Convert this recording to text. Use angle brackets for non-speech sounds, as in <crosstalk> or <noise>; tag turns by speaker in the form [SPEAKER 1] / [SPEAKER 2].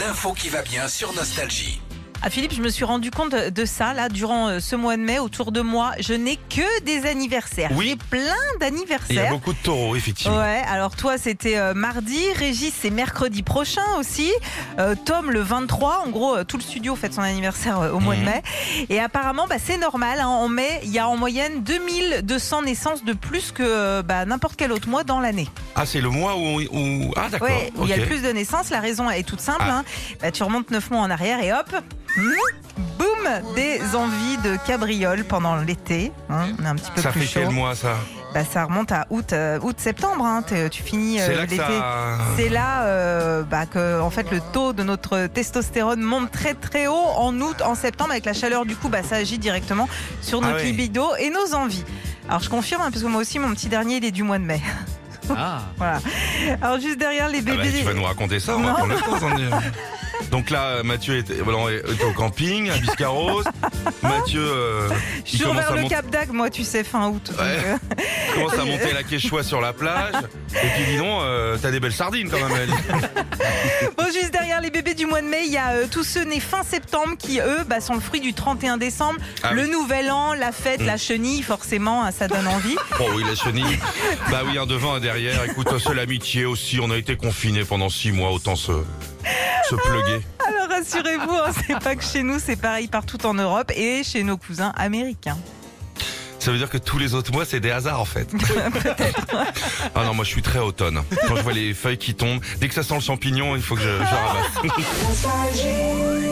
[SPEAKER 1] L'info qui va bien sur Nostalgie.
[SPEAKER 2] Ah Philippe, je me suis rendu compte de ça là durant euh, ce mois de mai autour de moi. Je n'ai que des anniversaires.
[SPEAKER 3] Oui.
[SPEAKER 2] J'ai plein
[SPEAKER 3] Et Il y a
[SPEAKER 2] d'anniversaires.
[SPEAKER 3] beaucoup de taureaux, effectivement.
[SPEAKER 2] Ouais, alors toi c'était euh, mardi, Régis c'est mercredi prochain aussi, euh, Tom le 23, en gros euh, tout le studio fête son anniversaire euh, au mois de
[SPEAKER 3] Mhm.
[SPEAKER 2] mai. Et apparemment bah, c'est normal, hein, en mai il y a en moyenne 2200 naissances de plus que euh, bah, n'importe quel autre mois dans l'année.
[SPEAKER 3] Ah, c'est le mois où. où- Ah, d'accord.
[SPEAKER 2] Ouais, où il y a
[SPEAKER 3] ok.
[SPEAKER 2] le plus de naissances, la raison est toute simple.
[SPEAKER 3] Ah.
[SPEAKER 2] hein. Bah, tu remontes 9 mois en arrière et hop, hum, boum, des envies de cabriole pendant l'été. hein, on est un petit peu
[SPEAKER 3] Ça
[SPEAKER 2] plus
[SPEAKER 3] fait
[SPEAKER 2] chaud.
[SPEAKER 3] quel mois, ça
[SPEAKER 2] Bah, ça remonte à août, euh, août-septembre. hein, t'es- tu finis euh,
[SPEAKER 3] C'est là que
[SPEAKER 2] l'été.
[SPEAKER 3] ça.
[SPEAKER 2] C'est là euh, bah, que en fait le taux de notre testostérone monte très très haut en août, en septembre avec la chaleur du coup bah, ça agit directement sur
[SPEAKER 3] Ah
[SPEAKER 2] notre
[SPEAKER 3] ouais.
[SPEAKER 2] libido et nos envies. Alors je confirme hein, parce que moi aussi mon petit dernier il est du mois de mai. <laughs> voilà. Alors juste derrière les
[SPEAKER 3] Ah
[SPEAKER 2] bébés.
[SPEAKER 3] bah, tu vas nous raconter ça, on va
[SPEAKER 2] Non.
[SPEAKER 3] prendre le temps,
[SPEAKER 2] <laughs>
[SPEAKER 3] j'en ai- Donc là, Mathieu est, euh, voilà, est au camping, à
[SPEAKER 2] <laughs>
[SPEAKER 3] Biscarros. Mathieu euh,
[SPEAKER 2] Je
[SPEAKER 3] il
[SPEAKER 2] suis
[SPEAKER 3] commence
[SPEAKER 2] vers
[SPEAKER 3] à
[SPEAKER 2] le
[SPEAKER 3] monter-
[SPEAKER 2] Cap d'Agde, moi, tu sais, fin août. donc,
[SPEAKER 3] Ouais.
[SPEAKER 2] euh,
[SPEAKER 3] commence à monter la quechua sur la plage. Et puis dis donc, euh, t'as des belles sardines quand même.
[SPEAKER 2] <laughs>
[SPEAKER 3] elle.
[SPEAKER 2] euh, Bon, juste derrière les bébés du mois de mai, il y a euh, tous ceux nés fin septembre qui, eux, bah, sont le fruit du 31 décembre.
[SPEAKER 3] Ah
[SPEAKER 2] le
[SPEAKER 3] oui. Mm.
[SPEAKER 2] nouvel an, la fête, la chenille, forcément, hein, ça donne
[SPEAKER 3] <laughs>
[SPEAKER 2] envie.
[SPEAKER 3] Oh oui, la chenille. Bah oui, un devant, un derrière. Écoute, seule amitié aussi. On a été confinés pendant six mois, autant se, se pluguer.
[SPEAKER 2] Alors rassurez-vous, hein, c'est pas que chez nous, c'est pareil partout en Europe et chez nos cousins américains.
[SPEAKER 3] Ça veut dire que tous les autres mois, c'est des hasards en fait. ah non, moi je suis très automne. Quand je vois les feuilles qui tombent, dès que ça sent le champignon, il faut que je, je ramasse.